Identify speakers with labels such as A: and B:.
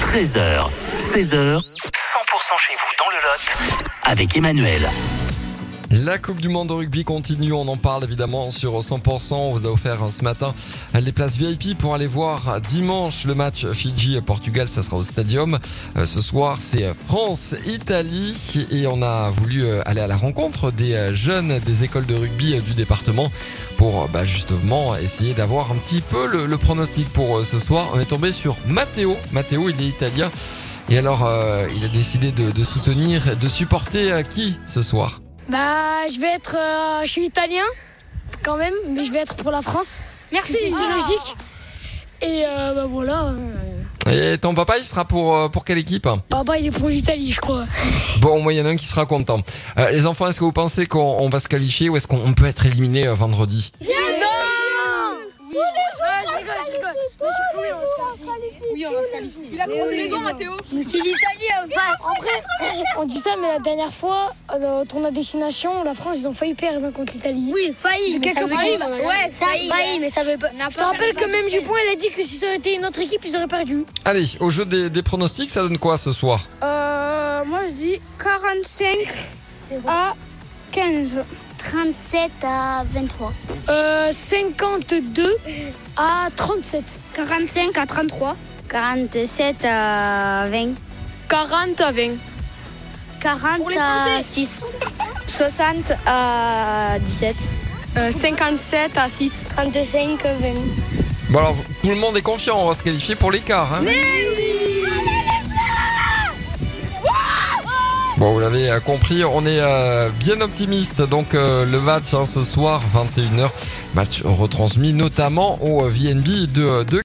A: 13h, 16h, 100% chez vous dans le Lot, avec Emmanuel.
B: La Coupe du Monde de rugby continue, on en parle évidemment sur 100%. On vous a offert hein, ce matin les places VIP pour aller voir dimanche le match Fidji-Portugal, ça sera au Stadium. Euh, Ce soir c'est France-Italie et on a voulu euh, aller à la rencontre des euh, jeunes des écoles de rugby euh, du département pour euh, bah, justement essayer d'avoir un petit peu le, le pronostic pour euh, ce soir. On est tombé sur Matteo, Matteo il est italien et alors euh, il a décidé de, de soutenir, de supporter euh, qui ce soir
C: Bah, je vais être. euh, je suis italien, quand même, mais je vais être pour la France. Merci, c'est logique. Et euh, bah voilà. euh,
B: Et ton papa, il sera pour, euh, pour quelle équipe
C: Papa, il est pour l'Italie, je crois.
B: Bon, moi, il y en a un qui sera content. Euh, les enfants, est-ce que vous pensez qu'on on va se qualifier ou est-ce qu'on on peut être éliminé euh, vendredi
C: Ah, je rigole, je rigole. Mais je suis on se qualifie.
D: Oui, on va se qualifier. Il a croisé les doigts, Mathéo.
C: On dit ça, mais la dernière fois, euh, au tournoi destination, la France, ils ont failli perdre hein, contre l'Italie.
E: Oui, failli. Mais
D: quelques
E: ça veut
D: failli,
E: dire-
D: on a
E: Ouais, failli. Failli, mais ça veut pas.
C: Je te rappelle que même Dupont, il a dit que si ça avait été une autre équipe, ils auraient perdu.
B: Allez, au jeu des, des pronostics, ça donne quoi ce soir
D: Euh, moi je dis 45
C: Ah.
D: à 15.
E: 37 à 23.
C: Euh, 52 à 37.
D: 45 à 33.
E: 47 à 20.
D: 40 à 20.
E: 40
D: Pour les Français.
E: à 6. 60 à 17.
D: 57 à 6.
E: 35 à 20.
B: Bon, alors, tout le monde est confiant, on va se qualifier pour l'écart. Hein Bon, vous l'avez euh, compris, on est euh, bien optimiste. Donc, euh, le match hein, ce soir, 21h, match retransmis notamment au euh, VNB de, de